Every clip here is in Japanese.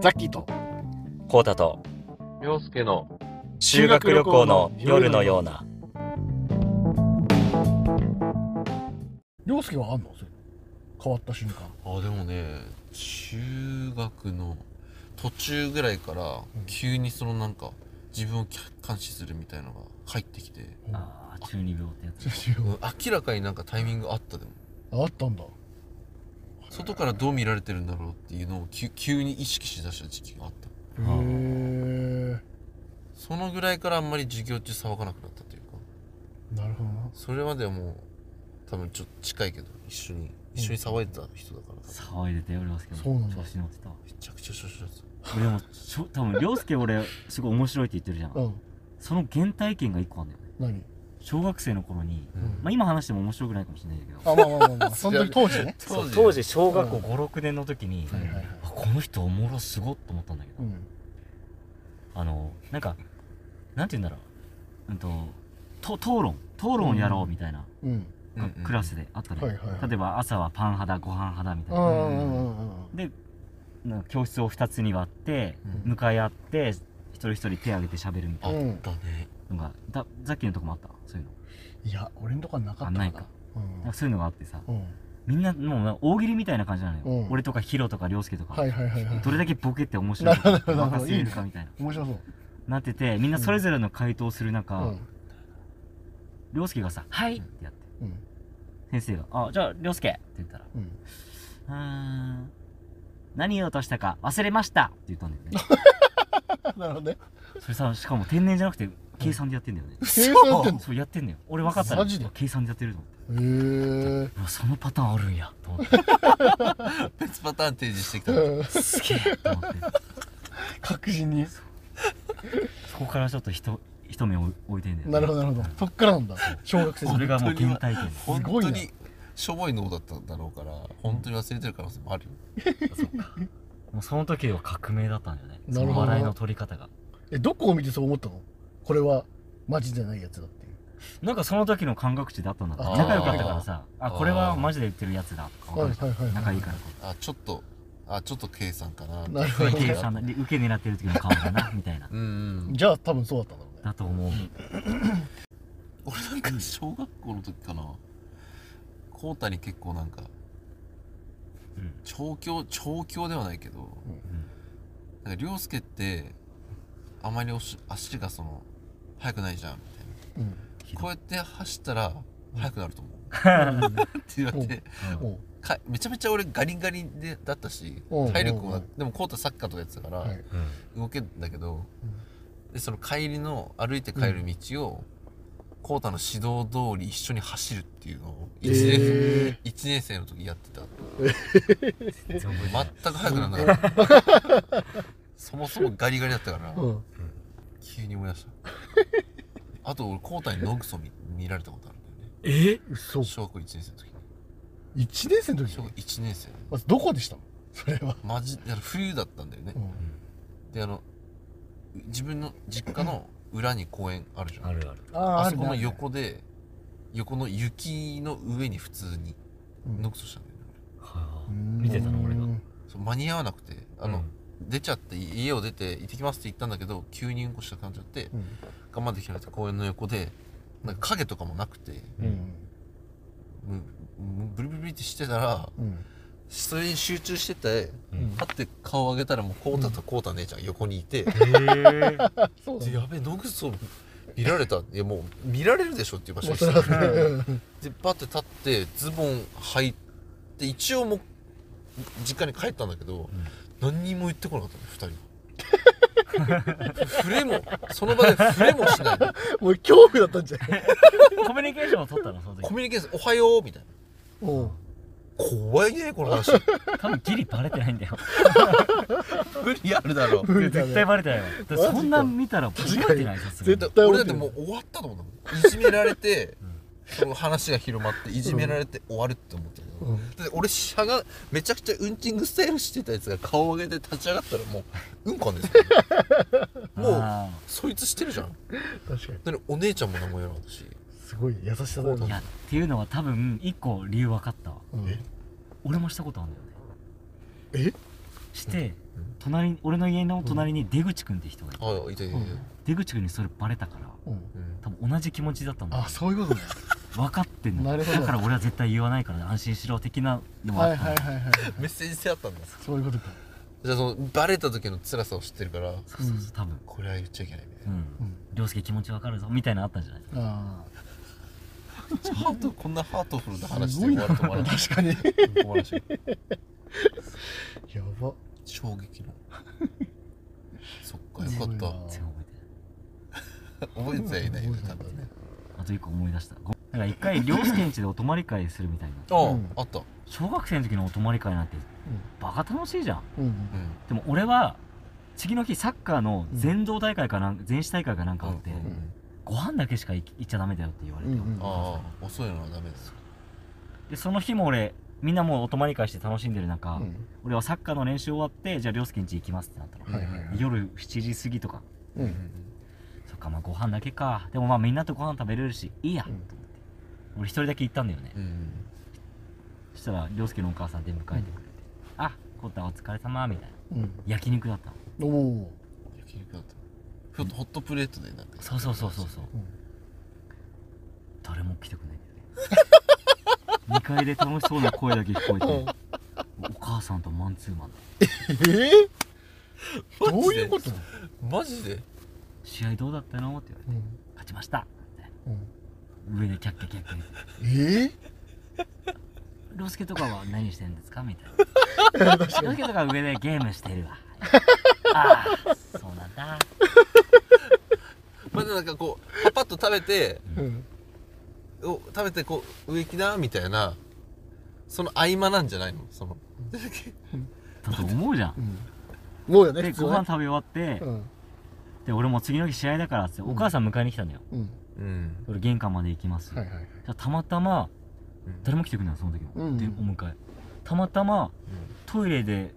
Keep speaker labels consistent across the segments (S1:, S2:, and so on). S1: ザッキーと
S2: コータと
S3: 洋介の
S2: 修学旅行の夜のような
S1: 涼介はあんのそれ変わった瞬間
S3: あでもね中学の途中ぐらいから急にそのなんか自分を客観視するみたいのが入ってきて、
S2: ああ中二病ってやつ
S3: うん明らかになんかタイミングあったでも
S1: あったんだ
S3: 外からどう見られてるんだろうっていうのを急急に意識しだした時期があった
S1: へえ
S3: そのぐらいからあんまり授業中騒がなくなったというか
S1: なるほどな
S3: それまではもう多分ちょっと近いけど一緒に一緒に騒いでた人だから、
S2: 騒いでたよ涼介も
S1: そうなんだ
S2: 調子乗ってたわ
S3: めちゃくちゃ調子だった
S2: 俺でもしょ多分涼介俺すごい面白いって言ってるじゃん、
S1: うん
S2: その原体験が一個あんだよね
S1: 何
S2: 小学生の頃に、
S1: ん
S2: まあ、今話しても面白くないかもしれないんだけど
S1: あまあまあまあ、まあ、 その時当時ね
S3: 当時
S2: 当時小学校56年の時に、
S1: はいはいはい
S2: あこの人おもろすごっと思ったんだけど、
S1: うん
S2: あのなんかなんて言うんだろううんとと討論討論をやろうみたいな、
S1: うん
S3: うんうん
S2: クラスであったね、
S1: はいはいはい
S2: 例えば朝はパン派だご飯派だみたい
S1: うんう
S2: な、
S1: んうんうん
S2: でなんか教室を2つに割って、
S1: うん
S2: 向かい合って一人一人手挙げて喋るみた
S3: あ
S2: い
S3: ったね、
S2: なのがださっきのとこもあったそういう
S1: い
S2: の
S1: や俺のとこはなかった
S2: あないかなんかそういうのがあってさ
S1: うん、うん、
S2: みんなもうな大喜利みたいな感じなのよ、
S1: うん
S2: 俺とかヒロとか涼介とか、
S1: はいはいはいはい
S2: どれだけボケて面白い
S1: な
S2: か
S1: るほどなるほど
S2: 任せるかみたいな
S1: 面白そう
S2: なっててみんなそれぞれの回答する中、
S1: うん
S2: 涼介がさ「はい!」ってやって
S1: うん
S2: 先生が「あじゃあ涼介」って言ったら「
S1: うん
S2: うーん何を落としたか忘れました」って言った んだよね
S1: なるほどね
S2: それさしかも天然じゃなくて計算でやってんだよね、
S1: 計算やってんの
S2: そうやってんだよ俺分かったの
S1: マジで
S2: 計算でやってると思って
S1: へ
S2: うわそのパターンあるんやと思って
S3: 別パターン提示してきた
S1: え
S2: すげえと思って
S1: 確実に
S2: そこからちょっと一一目置いてんだよ、ね、
S1: なるほどなるほどそっからなんだ小学生
S2: そ
S1: の
S2: れ
S1: 時
S2: がもう原体験
S1: ごい
S3: 本
S1: な
S3: 当にしょぼい脳だったんだろうから本当に忘れてる可能性もある よ
S2: もうその時は革命だったんだよね
S1: なるほど
S2: その笑いの取り方が
S1: えどこを見てそう思ったのこれはマジじゃないやつだっていう
S2: なんかその時の感覚値だったんだって
S1: あー
S2: 仲良かったからさあ
S3: あー
S2: これはマジで言ってるやつだとか分かるじゃん
S1: はいはいはい
S2: 仲いいからこ
S3: あちょっとあちょっと計算かな
S1: なる
S2: う
S1: ほ
S2: こ
S1: ど
S2: ういう計
S1: ね
S2: 算だで受け狙ってる時の顔だなみたいな
S3: うんうん
S1: じゃあ多分そうだったんだろうね
S2: だと 思う
S3: 俺なんか小学校の時かな浩太に結構なんか
S2: うん
S3: 調教調教ではないけど
S2: うん
S3: なんか涼介ってあまりおし足がその速くないじゃんみたい
S1: うん
S3: なこうやって走ったら速くなると思う、って言われて
S2: うん
S1: お
S3: かめちゃめちゃ俺ガリンガリンでだったし
S1: うん
S3: 体力もな
S1: うん
S3: でも浩太サッカーとかやってたから、
S1: はい
S2: うん
S3: 動けんだけど、でその帰りの歩いて帰る道を浩太、の指導通り一緒に走るっていうのを1年,、
S1: え
S3: 一年生の時やってた
S2: 全然覚えてない
S3: 全く速くならなかった そもそもガリガリだったから、
S1: うん
S3: 急に思い出したあと俺浩太にノグソ見見られたことあるんだよね
S2: え
S1: 嘘
S3: 小学校1年生の時に
S1: 一年生の時
S3: 小学校1年生
S1: まずどこでしたのそれは
S3: マジあの冬だったんだよね
S1: う、ん
S3: であの自分の実家の裏に公園あるじゃん
S2: あるある
S1: あ
S3: あそこの
S1: ね
S3: 横で横の雪の上に普通に
S1: うん
S3: ノックスしたんだよね、
S2: は
S1: う
S2: あ
S1: ん
S2: 見てたの俺が
S1: うん
S3: そう間に合わなくてあの、
S2: うん
S3: 出ちゃって家を出て行ってきますって言ったんだけど急にうんこしたくなっちゃって我慢できなくて公園の横でなんか影とかもなくて
S1: うん
S3: むむブリブリブリってしてたら
S1: うん
S3: それに集中してて
S1: うん
S3: パッて顔を上げたらもうコータとコータ姉ちゃん横にいて、
S2: へえ
S1: そうだ
S3: で
S1: ね
S3: やべえノグソ見られたいやもう見られるでしょっていう場所
S1: まあ
S3: に
S1: そ
S3: し
S1: れ
S3: て
S1: はねうん
S3: でバッて立ってズボン履いて一応もう実家に帰ったんだけど、何にも言ってこなかったね2人は触れもその場で触れもしないで
S1: もう恐怖だったんじゃない
S2: コミュニケーションを取ったのその時
S3: コミュニケーション「おはよう」みたいな
S1: うん
S3: 怖いねこの話
S2: 多分ギリバレてないん だよ
S3: 無理あるだろう
S1: 無理だね
S2: 絶対バレてないわだってそんな見たら覚えてないさすがに
S1: 絶対
S3: 俺だってもう終わったと思ったもんいじめら れて、その話が広まっていじめられて終わるって思ったけど、
S1: うん
S3: だって俺しゃがめちゃくちゃウンチングスタイルしてたやつが顔を上げて立ち上がったらも ううんこあんですよもう
S2: あ
S3: そいつしてるじゃん
S1: 確かに
S3: だからお姉ちゃんも名前言わなかったし
S1: すごい優しさだ
S2: ーい
S1: ね
S2: やっていうのは多分一個理由分かったわ
S1: うん
S2: 俺もしたことあるんだよね
S1: え
S2: して、隣に俺の家の隣に出口くんって人がいて、
S3: あいたいたいた、
S1: うん
S2: 出口くんにそれバレたから
S1: うん、
S3: うん
S2: 多分同じ気持ちだったんだ
S1: あそういうことね
S2: 分かってんの
S1: なるほど
S2: だから俺は絶対言わないから安心しろ的なのも
S1: は
S2: あ
S1: い
S2: ったの、
S1: はいはいはい
S3: メッセージ性あったんだ
S1: そういうことか
S3: じゃあそのバレた時の辛さを知ってるから
S2: そうそうそう多分
S3: これは言っちゃいけ ないみたい
S2: うん
S1: うん
S2: 涼介気持ち分かるぞみたいなのあったんじゃない
S1: あ
S3: な、ハートこんなハートフルな
S1: あ
S3: 話
S1: す
S3: して
S1: ごい
S3: 終
S1: な
S3: わると思わなかっ
S1: 確かにや
S3: たうん終わらない
S1: ば
S3: 衝撃のそっかよかっ
S2: 全然
S3: た覚
S2: 覚えてない
S3: えてはいないよね多分ね
S2: あと一個思い出したごなんか 一回涼介ん家でお泊まり会するみたいになって
S3: ああ、
S1: うん
S3: あった
S2: 小学生の時のお泊まり会なんてバカ楽しいじゃん
S1: うんうん
S3: うん
S2: でも俺は次の日サッカーの全道大会かなん全市大会かなんかあって、
S3: うんうん
S2: ご飯だけしか行行っちゃダメだよって言われて、
S1: うんうん
S3: ああ遅いのはダメです
S2: でその日も俺みんなもうお泊まり会して楽しんでる中、
S1: うん
S2: 俺はサッカーの練習終わってじゃあ涼介ん家行きますってなったの、
S1: はいはいはい
S2: 夜7時過ぎとか
S1: うん
S3: う
S1: うんん
S2: そっかまあご飯だけかでもまあみんなとご飯食べれるしいいや、
S1: うん
S2: と思って俺一人だけ行ったんだよね、
S3: うんうん
S2: そしたら涼介のお母さんで迎えてくれて「あコタお疲れ様みたいな
S1: うん
S2: 焼肉だったの
S1: おお
S3: 焼肉だったふっとホットプレートでなんか
S2: そうそうそうそうそう
S1: うん
S2: 誰も来てくれないんだよね2階で楽しそうな声だけ聞こえてお母さんとマンツーマンだ
S1: えー
S3: マジで
S1: どういうこと
S3: マジで
S2: 試合どうだったのって言われて
S1: うん
S2: 「勝ちました」みたい
S1: うん
S2: な上でキャッキャキャッキ
S1: え
S2: ャ涼介とかは何してるんですかみたいな涼介とかは上でゲームしてるわああそうなんだ
S3: まだなんかこうパパッと食べて
S1: ーうん
S3: お食べてこう植木だみたいなその合間なんじゃないのその
S2: だと思うじゃ
S1: うんんもうよね
S2: で
S1: 普通
S2: ご
S1: は
S2: 飯
S1: ね
S2: 食べ終わって
S1: うん
S2: で俺も次の日試合だからっつってお母さん迎えに来たんだよ
S1: うん
S3: うん
S2: 俺玄関まで行きます、
S1: はいはいはい
S2: じゃあたまたま
S3: うん
S2: 誰も来てくれないのその時も、
S1: うん
S2: でお迎えたまたまトイレで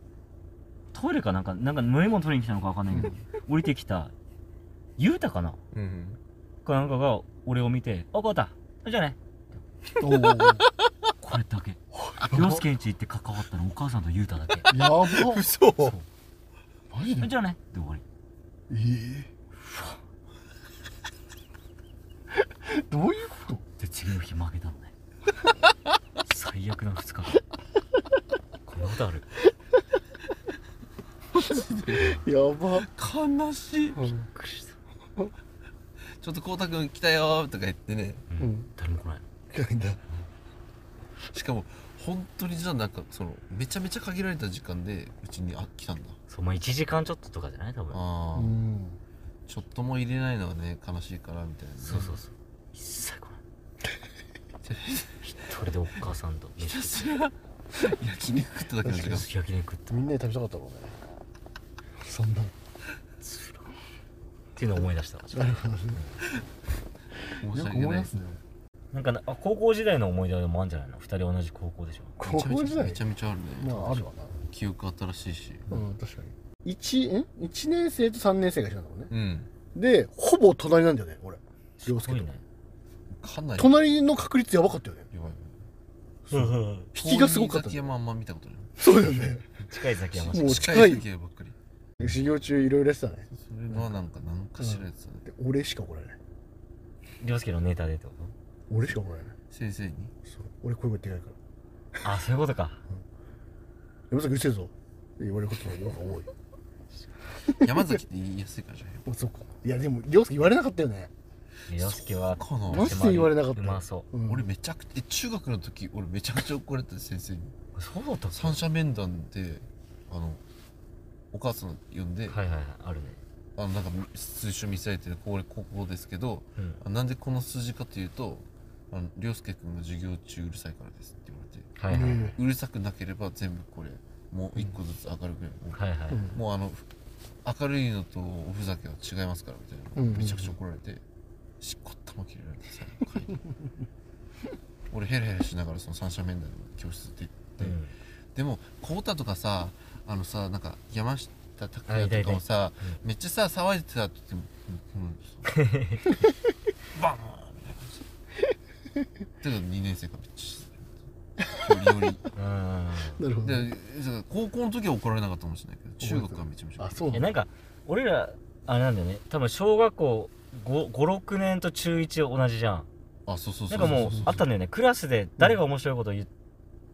S2: トイレかなんかなんか飲み物取りに来たのかわかんないけど降りてきた雄太かな
S3: うんうん
S2: かなんかが俺を見て「おこうたじゃあね
S1: おおー」
S2: これだけ凌介ん家行って関わったのお母さんと雄太だけ
S1: やば
S3: 嘘
S1: マジで
S2: じゃあねで終わり
S1: ええどういうこと
S2: で次の日負けたの ね最悪な2日間こんなことある
S1: やば
S3: 悲しい
S1: うん
S2: びっくりした
S3: ちょっと光太くん来たよーとか言ってね
S2: うん
S1: うん
S2: 誰も来ない
S1: 来んだ
S3: しかも本当にじゃあなんかそのめちゃめちゃ限られた時間でうちにあ来たんだ
S2: そうまあ1時間ちょっととかじゃない多分
S3: あ
S1: う
S3: あ、
S1: ん
S3: ちょっとも入れないのはね悲しいからみたいなね、
S2: そうそうそう一切来ない一人でお母さんと
S3: ひたすら 焼肉食っただけの時間
S2: 焼肉食った
S1: みんなで食べたかったもんねそんな
S2: つらっていうのを思い出した
S1: なるほどね
S3: 申し
S1: よく
S3: 訳
S1: 思い
S3: ない
S1: ますね
S2: なんかなあ高校時代の思い出でもあるんじゃないの二人同じ高校でしょ
S1: 高校時代
S3: めちゃめちゃあるね、
S1: まああるわ
S3: 記憶新しいし
S1: なうん確かに1ん一年生と3年生が一緒なんだもんね
S3: うん
S1: でほぼ隣なんだよね俺
S2: す
S1: 涼
S2: ご
S1: 介
S2: い
S1: と
S2: ね
S3: かなり
S1: 隣の確率やばか ったよね
S3: やばい
S1: 引きがすごかっ
S3: 遠い
S1: た
S3: 崎山あんま見たことない
S1: そうだよね
S2: 近い崎 山市
S1: もう近い
S3: 近い崎山ばっかり
S1: 授業中いろいろやってたね
S3: それのはなんか何かしらやつだね、
S1: で俺しか怒られない
S2: 涼介のネタでってこ
S1: 俺しか怒られない
S3: 先生に
S1: そう俺声がでかいから
S2: とあそういうことか
S1: 山崎うるせえぞって言われることの方が 多い
S3: 山崎って言いやすいからじゃない
S1: まあそうかいやでも涼介言われなかったよね
S2: 涼介は
S3: かな
S1: マジで言われなかった
S2: うまそう
S3: うん
S1: ん
S3: 俺めちゃくちゃえ中学の時俺めちゃくちゃ怒られた先生に
S2: うそうだったっけ
S3: 三者面談であのお母さん呼んで、
S2: はいはいはいあるね
S3: あのなんか通書見せられてこれここですけど
S2: うん
S3: あなんでこの数字かというとあの凌介君が授業中うるさいからですって言われて
S2: はいはい
S1: うん
S3: うるさくなければ全部これもう一個ずつ明るく、
S2: はいはい
S1: うん
S3: もうあの明るいのとおふざけは違いますからみたい
S1: うん
S3: な、
S1: うんうん
S3: めちゃくちゃ怒られてしっこったま切れられて最後帰り俺ヘラヘラしながらその三者面談の教室で行って、
S2: うん
S3: でも浩太とかさあのさなんか山下拓也とかもさ
S2: いたい
S3: めっちゃさ騒いでたって言っても、うんうん、バーンみたいな感じでだけど2年生からめっちゃ静か
S4: うん
S3: によりより
S1: なるほど
S3: でそう高校の時は怒られなかったかもしれないけど中学はめちゃめちゃ
S1: あ
S3: 怒
S1: そう
S2: え
S1: な
S2: なんか俺らあれなんだよね多分小学校56年と中1同じじゃん
S3: らあそうそうそ
S2: な
S3: うん
S2: かもうあったんだよねクラスで誰が面白いこと言う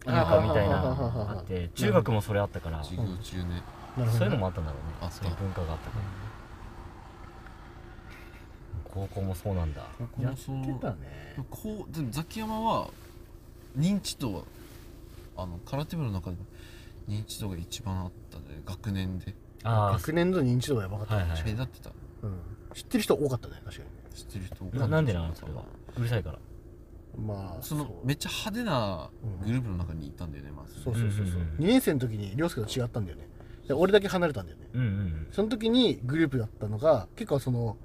S2: かみたいな
S1: あはははは
S2: あって中学もそれあったからそう
S3: 授業中ね
S1: なるほ
S2: い
S1: ど
S2: うの
S1: ね
S2: もあったんだろうね
S3: あった
S2: そういう文化があったから高校もそうなんだ
S3: 僕
S1: や
S3: も
S1: っ
S3: そう
S1: てたね
S3: こうでもザキヤマは認知度はあの空手部の中でも認知度が一番あったね学年で
S2: あ
S1: 学年度認知度がやばかった、
S2: あはいは
S3: 目
S2: い
S3: 立ってた
S1: うん、知ってる人多かったね確かにね
S3: 知ってる人多かった
S2: ななんでなのそれはうるさいから
S1: まあ
S3: そうのめっちゃ派手なグループの中にいたんだよねまずね
S1: そうそうそうそう
S2: うんうんうん
S1: 2年生の時に凌介と違ったんだよねで俺だけ離れたんだよね
S2: うんうん
S1: その時にグループだったのが結構その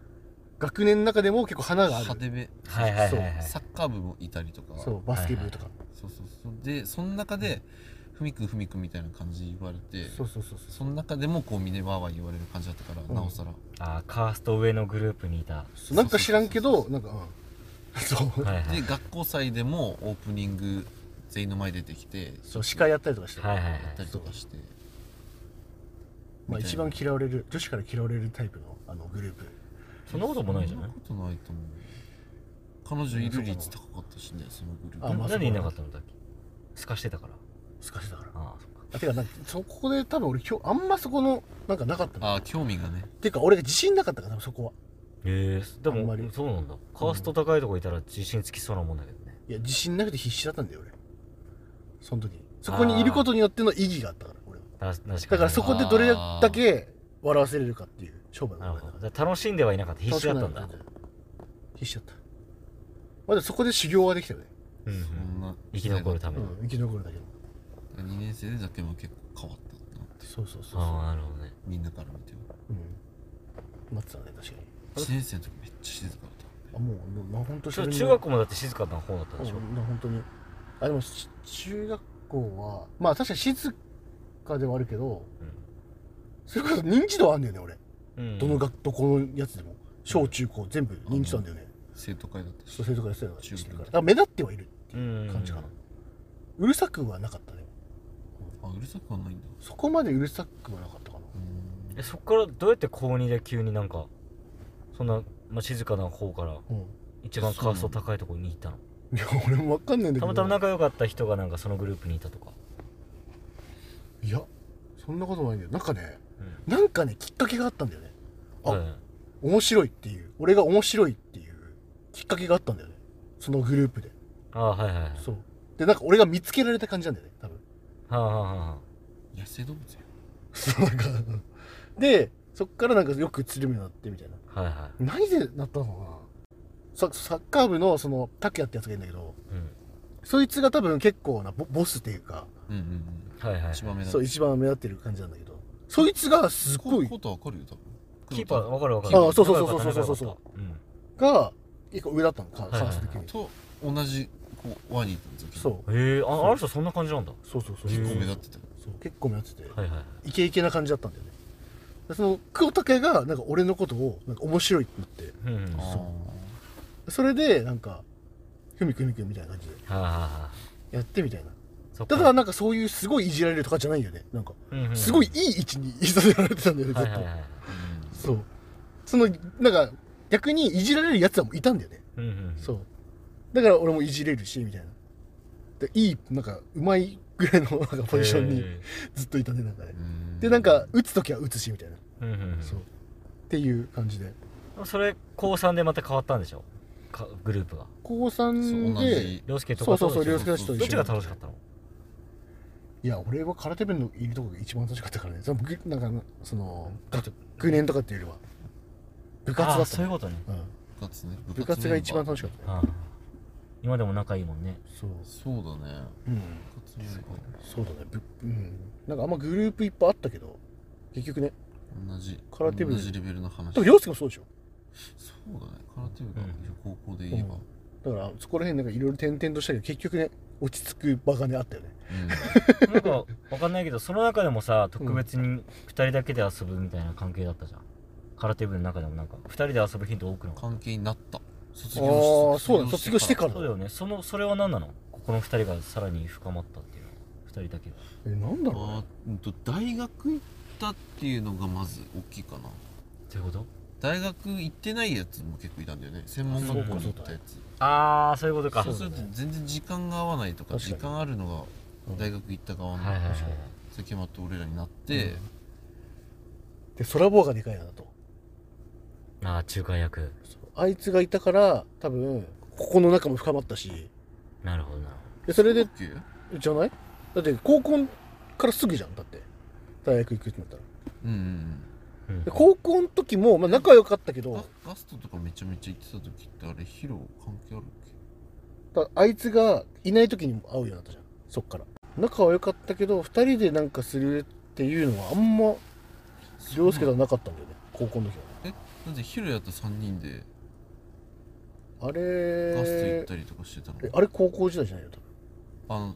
S1: 学年の中でも結構花があ
S3: 派
S1: る
S3: 手め
S2: はいはいはいはい
S3: サッカー部もいたりとか
S1: そうバスケ部とか、
S3: そうそうそうでその中でふみくんふみくんみたいな感じ言われて
S1: そうそうそうそ
S3: その中でもこうみんなわーわー言われる感じだったから、
S1: ん
S3: なおさら
S2: ああカースト上のグループにいた
S1: うなんか知らんけどなんか、うん、そう、
S2: はいはい
S3: で学校祭でもオープニング全員の前出てきて
S1: そう司会やったりとかして、
S2: はいはいは
S3: や
S2: い
S3: ったりとかして
S1: まあ、
S3: みたいな
S1: 一番嫌われる女子から嫌われるタイプのあのグループ
S2: そんなこともないじゃない
S3: そんなことないと思う彼女いる率高かったしねそのグルー
S1: あ
S3: プ
S1: まあ
S2: ななんでいなかったのだっけすかしてたから
S1: すかしてたから
S2: ああそっか
S1: あてかなんかそこで多分俺今日あんまそこのなんかなかったの
S3: ああ興味がね
S1: てか俺が自信なかったから多分そこは
S2: ええで
S1: あん
S2: も
S1: まり
S2: そうなんだカースト高いとこいたら自信つきそうなもんだけどね
S1: いや自信なくて必死だったんだよ俺その時にそこにいることによっての意義があったから俺は
S2: な確かに
S1: だからそこでどれだけ笑わせれるかっていう勝負
S2: な
S1: な
S2: る
S1: ん
S2: ほ
S1: だ
S2: ど
S1: から
S2: だから楽しんではいなかった必死だったんだ
S1: 楽しくなかった必死だったまあでもそこで修行はできたよね、
S2: うんう
S3: そん
S2: ん
S3: な
S2: 生き残るため
S1: う
S2: に
S1: ん、生き残るだけど
S3: 2年生でザキヤマは結構変わったな
S1: そうそうそうそう
S2: ああなるほどね
S3: みんなから見ても
S1: うん待ってたね確かに
S3: 1年生の時めっちゃ静かだった
S1: あもうなな本当
S2: それ中学校もだって静かな方だったでしょ
S1: うんな本当にあでもし中学校はまあ確かに静かではあるけどそれこそ認知度はあんだよね俺、
S2: うん
S1: どの学どこのやつでも小中高全部認知度あんだよね、
S3: 生徒会だったし
S1: そう生徒会生徒会してるからだ
S3: 中学
S1: から目立ってはいる
S2: 感
S1: 感じかな、うるさくはなかったね
S3: あうるさくはないんだ
S1: そこまでうるさくはなかったかな
S3: うん
S2: えそっからどうやって高2で急になんかそんな、まあ、静かな方から
S1: うん
S2: 一番カースト高いところに行ったの
S1: いや俺も分かんないんだけど
S2: たまたま仲良かった人がなんかそのグループにいたとか
S1: いやそんなことないんだよなんかね
S2: うん
S1: なんかねきっかけがあったんだよねあ
S2: うん
S1: 面白いっていう俺が面白いっていうきっかけがあったんだよねそのグループで
S2: ああはいはいはい
S1: そうでなんか俺が見つけられた感じなんだよね多 分
S2: はあはあはあ
S3: 野生動物や
S1: そうなんかうんでそっからなんかよくつるむようになってみたいな
S2: はいは
S1: 何でなったのかなササッカー部のその拓也ってやつがいるんだけど
S2: い、うん、
S1: そいつが多分結構なボボスっていうか、
S3: うんうんうん
S2: はいはい
S3: 一番目だ
S1: そう一番目立ってる感じなんだけどそいつがすっ
S3: こ
S1: ご
S3: う
S1: い
S3: コートわかるよ多分
S2: キーパー
S3: 黒
S2: わかるわかる
S1: あそうそうそうそうそうそうそう
S2: 仲良かった仲良か
S1: が結構上だったのか
S2: はいはい
S1: カー
S2: はい
S1: ス的に
S3: 田と同じこう輪にいたんですよ
S1: そう
S2: ったうんへえああの人そんな感じなんだ
S1: そうそうそう
S3: 結
S1: そう
S3: 構目立ってたよ
S1: そう結構目立ってて
S2: はいはいはい
S1: イケイケな感じだったんだよねでその久保拓也がなんか俺のことをなんか面白いって言って
S2: うんうんはい
S3: あ
S1: そうそれでなんかふみくんふみくんみたいな感じで
S2: はいは
S1: やってみたいない
S2: そっか
S1: ただなんかそういうすごいいじられるとかじゃないんだよねなんか
S2: うんうん
S1: すごいいい位置にいさせられてたんだよねず
S2: は
S1: っ
S2: い
S1: と、
S2: はいはい
S3: ー
S1: そうそのなんか逆にいじられるやつはもういたんだよね、
S2: うんうん
S1: そうだから俺もいじれるしみたいなでいいなんかうまいぐらいのなんかポジションに
S2: へ
S1: ずっといたねなんかね
S3: うんうん
S1: でなんか打つ時は打つしみたいな、
S2: えうんうんうん
S1: そうっていう感じで
S2: それ高3でまた変わったんでしょかグループが
S1: 高
S3: そう
S1: 3
S3: 同
S1: で
S3: じ
S2: 涼介と
S1: そ
S2: か
S1: うそうそう
S2: ど
S1: 凌
S2: っち
S1: 介たちと
S2: どっ
S1: 一
S2: ち
S1: 緒
S2: が
S1: に
S2: 楽しかったの
S1: いや俺は空手部のいるとこが一番楽しかったからねそのぐなんかその学年とかっていうよりは部活だ
S2: ああ
S1: っ
S2: ー
S1: た
S2: そうい
S1: ね
S2: うことね
S1: うん
S3: 部活ね
S1: 部活が一番楽しか
S3: っ
S1: ったね
S2: ああ今でも仲いいもんね
S1: そう
S3: たそうだね
S1: うん
S3: 部活メンバ
S1: そうだねぶうんなんかあんまグループいっぱいあったけど結局ね
S3: ー同じ
S1: 空手部
S3: 同じレベルの
S1: で
S3: 話そう
S1: も
S3: だね
S1: 凌介もそうでしょ
S3: 空手部が
S2: うん
S3: 高校で言えば
S1: うんだからそこら辺なんかいろいろ転々としたけど結局ね落ち着く場がねあったよね
S2: なんかわかんないけどその中でもさ特別に2人だけで遊ぶみたいな関係だったじゃん空手部の中でもなんか2人で遊ぶ頻度多くな
S3: うん
S2: かっ
S3: 関係になった卒
S1: ああ
S3: 業
S1: そうだね卒業してから
S2: たそうだよねそのそれは何なのこの二人がさらに深まったっていうのは二人だけが
S1: えなんだろうね
S3: あーうんと大学行ったっていうのがまず大きいかな
S2: ということ
S3: 大学行ってないやつも結構いたんだよね専門学校に行ったやつ
S2: ああそういうことか
S3: そうすると全然時間が合わないとか
S1: 確か
S3: 時
S1: に
S3: 間あるのが大学行った側の
S2: はいはいはい
S3: それ決まって俺らになって、
S1: で空棒がでかいなと
S2: ああ中間役
S1: あいつがいたから多分ここの仲も深まったし
S2: なるほどなる
S1: でそれで
S3: オッケー
S1: じゃないだって高校からすぐじゃんだって大学行くってなったら
S3: うんうん
S2: ほど、うん
S1: で高校の時も、まあ、仲良かったけ
S3: うん
S1: ど
S3: ガガストとかめちゃめちゃ行ってた時ってあれヒロ関係あるっけ
S1: だあいつがいない時にも会うようになったじゃんそっから仲は良かったけど2人でなんかするっていうのはあんま涼介とはなかったんだよね高校の時は
S3: だってヒロやと3人で
S1: あ
S3: ガスト行
S1: れ
S3: ったりとかしてたの、
S1: えあれ高校時代じゃないよ多分
S3: あの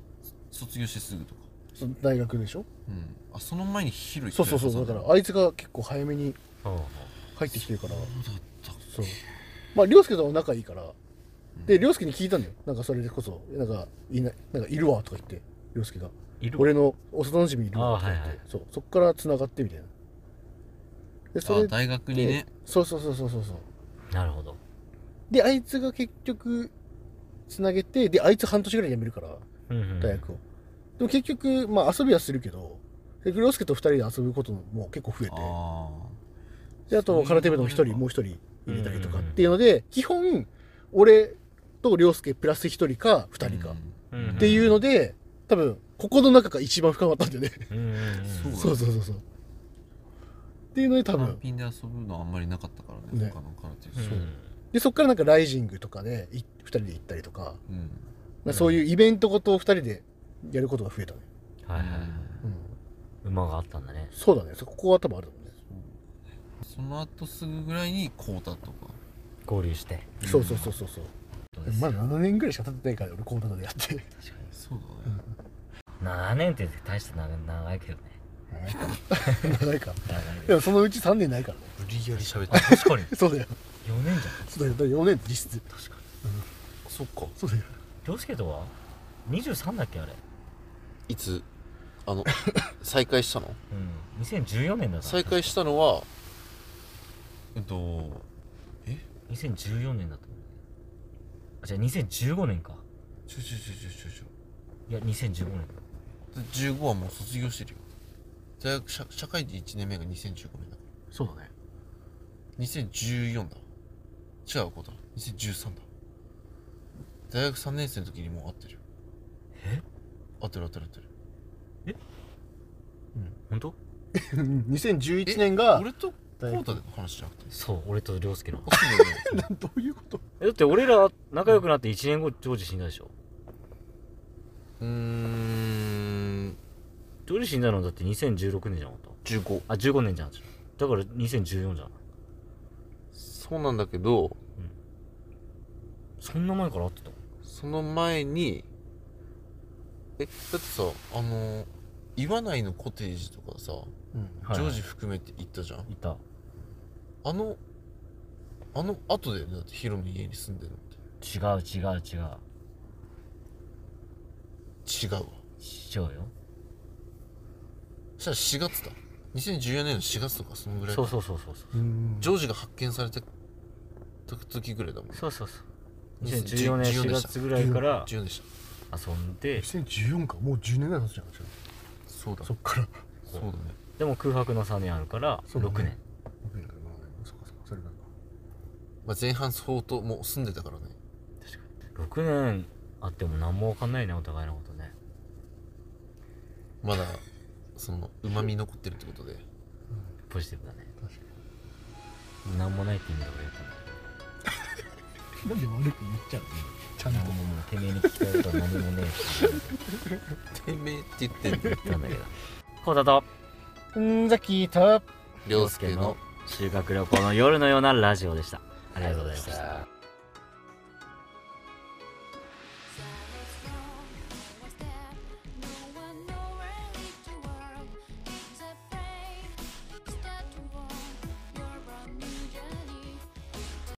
S3: 卒業してすぐとか
S1: そ大学でしょ
S3: うんあその前にヒロ行った
S1: そう
S3: り
S1: そうそ
S3: と
S1: う
S3: さ
S1: だからあいつが結構早めに
S2: ほうほ
S1: 入ってきてるから
S3: そうだったっ
S1: そうまあ涼介とは仲いいからで涼介に聞いたんだよなんかそれでこそなんかいないなんかいるわとか言って涼介が
S2: ういる
S1: 俺の幼馴染みいるわとか言って、
S2: あはいはい
S1: そうそっからつながってみたいなで
S3: けあ
S1: それで
S3: 大学にね
S1: そうそうそうそうそうそう
S2: なるほど
S1: であいつが結局つなげてであいつ半年ぐらいで辞めるから
S2: うんうん
S1: 大学を、でも結局まあ遊びはするけどで涼介と二人で遊ぶことも結構増えて
S3: あ
S1: であ
S3: そう
S1: と
S3: いう
S1: 空手部の一人
S3: 流れか
S1: もう一人入れたりとかっていうので、基本俺と涼介プラス一人か
S3: あ
S1: 二人か、っ
S2: うん
S1: ていうので多分ここの中が一番深まったんだよね、
S2: うんうんうん
S3: そう
S1: そうそうそうそうっていうので多
S3: 単
S1: 分
S3: 品で遊ぶのあんまりなかったからね
S1: ね
S3: 他の空手
S2: うん
S3: そう
S1: でそっからなんかライジングとかでい二人で行ったりとか
S3: うん
S1: まあそういうイベントごと二人でやることが増えたね、
S2: はいはいはい
S1: うん、
S2: 馬があったんだね
S1: そうだねそこここは多分あると思うね、
S3: その後すぐぐらいにコータとか
S2: 合流して
S1: そうそうそうそうそう
S2: どうです
S1: まだ7年ぐらいしか経ってないから俺コーナーでやって
S2: 確か
S3: そうだね
S2: に7年って大した長長いけどね
S1: 長いか
S2: 長いけ
S1: で
S2: ど
S1: もそのうち3年ないからね
S3: 無理やり喋っ
S2: あ
S3: た
S2: 確かに
S1: そうだよ
S2: 4年じゃん
S1: そうだよだ4年実質
S2: 確かに
S3: そっか
S1: そうだよ
S2: 涼介とは23だっけあれ
S3: いつあの 再会したの
S2: うん2014年だから
S3: 再会したのはえっとえ
S2: 2014年だと思うあじゃあ2015年か
S3: ちょちょちょちょちょちょ
S2: いや2015年
S3: 15はもう卒業してるよ大学社社会人1年目が2015年だか
S1: そうだね
S3: ら2014だ違うことだ2013だ大学3年生の時にもう会ってるよ
S2: え
S3: 合ってる合ってる合ってる
S2: 本当
S1: 2011年が
S3: 俺とコータでの話じゃなくて
S2: そう俺と涼介の
S3: あそうだよね
S1: どういうこと
S2: えだって俺ら仲良くなって1年後ジョージ死んだでしょ
S3: うーん
S2: ジョージ死んだのだって2016年じゃなかっ
S3: 15
S2: たあ15年じゃんだから2014じゃん
S3: そうなんだけど
S2: そんな前から会ってた
S3: その前にえだってさあの岩内のコテージとかさ、
S1: うん
S2: はい
S3: ジ
S2: は
S3: ョ
S2: い
S3: ージ含めて行ったじゃん
S2: いた
S3: あのあの後だよねだってヒロの家に住んでるのって
S2: 違う違う違う
S3: 違うわ
S2: 違うよ
S3: そしたら4月だ2014年の4月とかそのぐらい
S2: そうそうそうそうそう
S1: うん
S3: ジョージが発見されてた時ぐらいだもん
S2: そうそうそう2014年4月ぐらいから
S3: 14でした
S2: 遊んで
S1: 2014かもう10年ぐらい経つじゃん
S3: そうだ
S1: そ
S3: そ
S1: っから
S3: うだね
S2: でも空白の3年あるから
S1: そうだね
S2: 6年
S1: そっかそっかそれぐらいか
S3: まあ、前半相当もう住んでたからね
S2: 6年あっても何も分かんないねお互いのことね
S3: まだそのうまみ残ってるってことで
S2: ポジティブだね
S1: 確か
S2: 何もないって意味で俺言ったの
S1: になんで悪く言っちゃうのちゃんと
S2: 何ももうてめえに聞きたいことは何もねえって
S3: てめえって言ってんの
S2: 言ったんだけどコウタと
S1: うんざきた
S3: 凌介の
S2: 修学旅行の夜のようなラジオでしたありがとうございました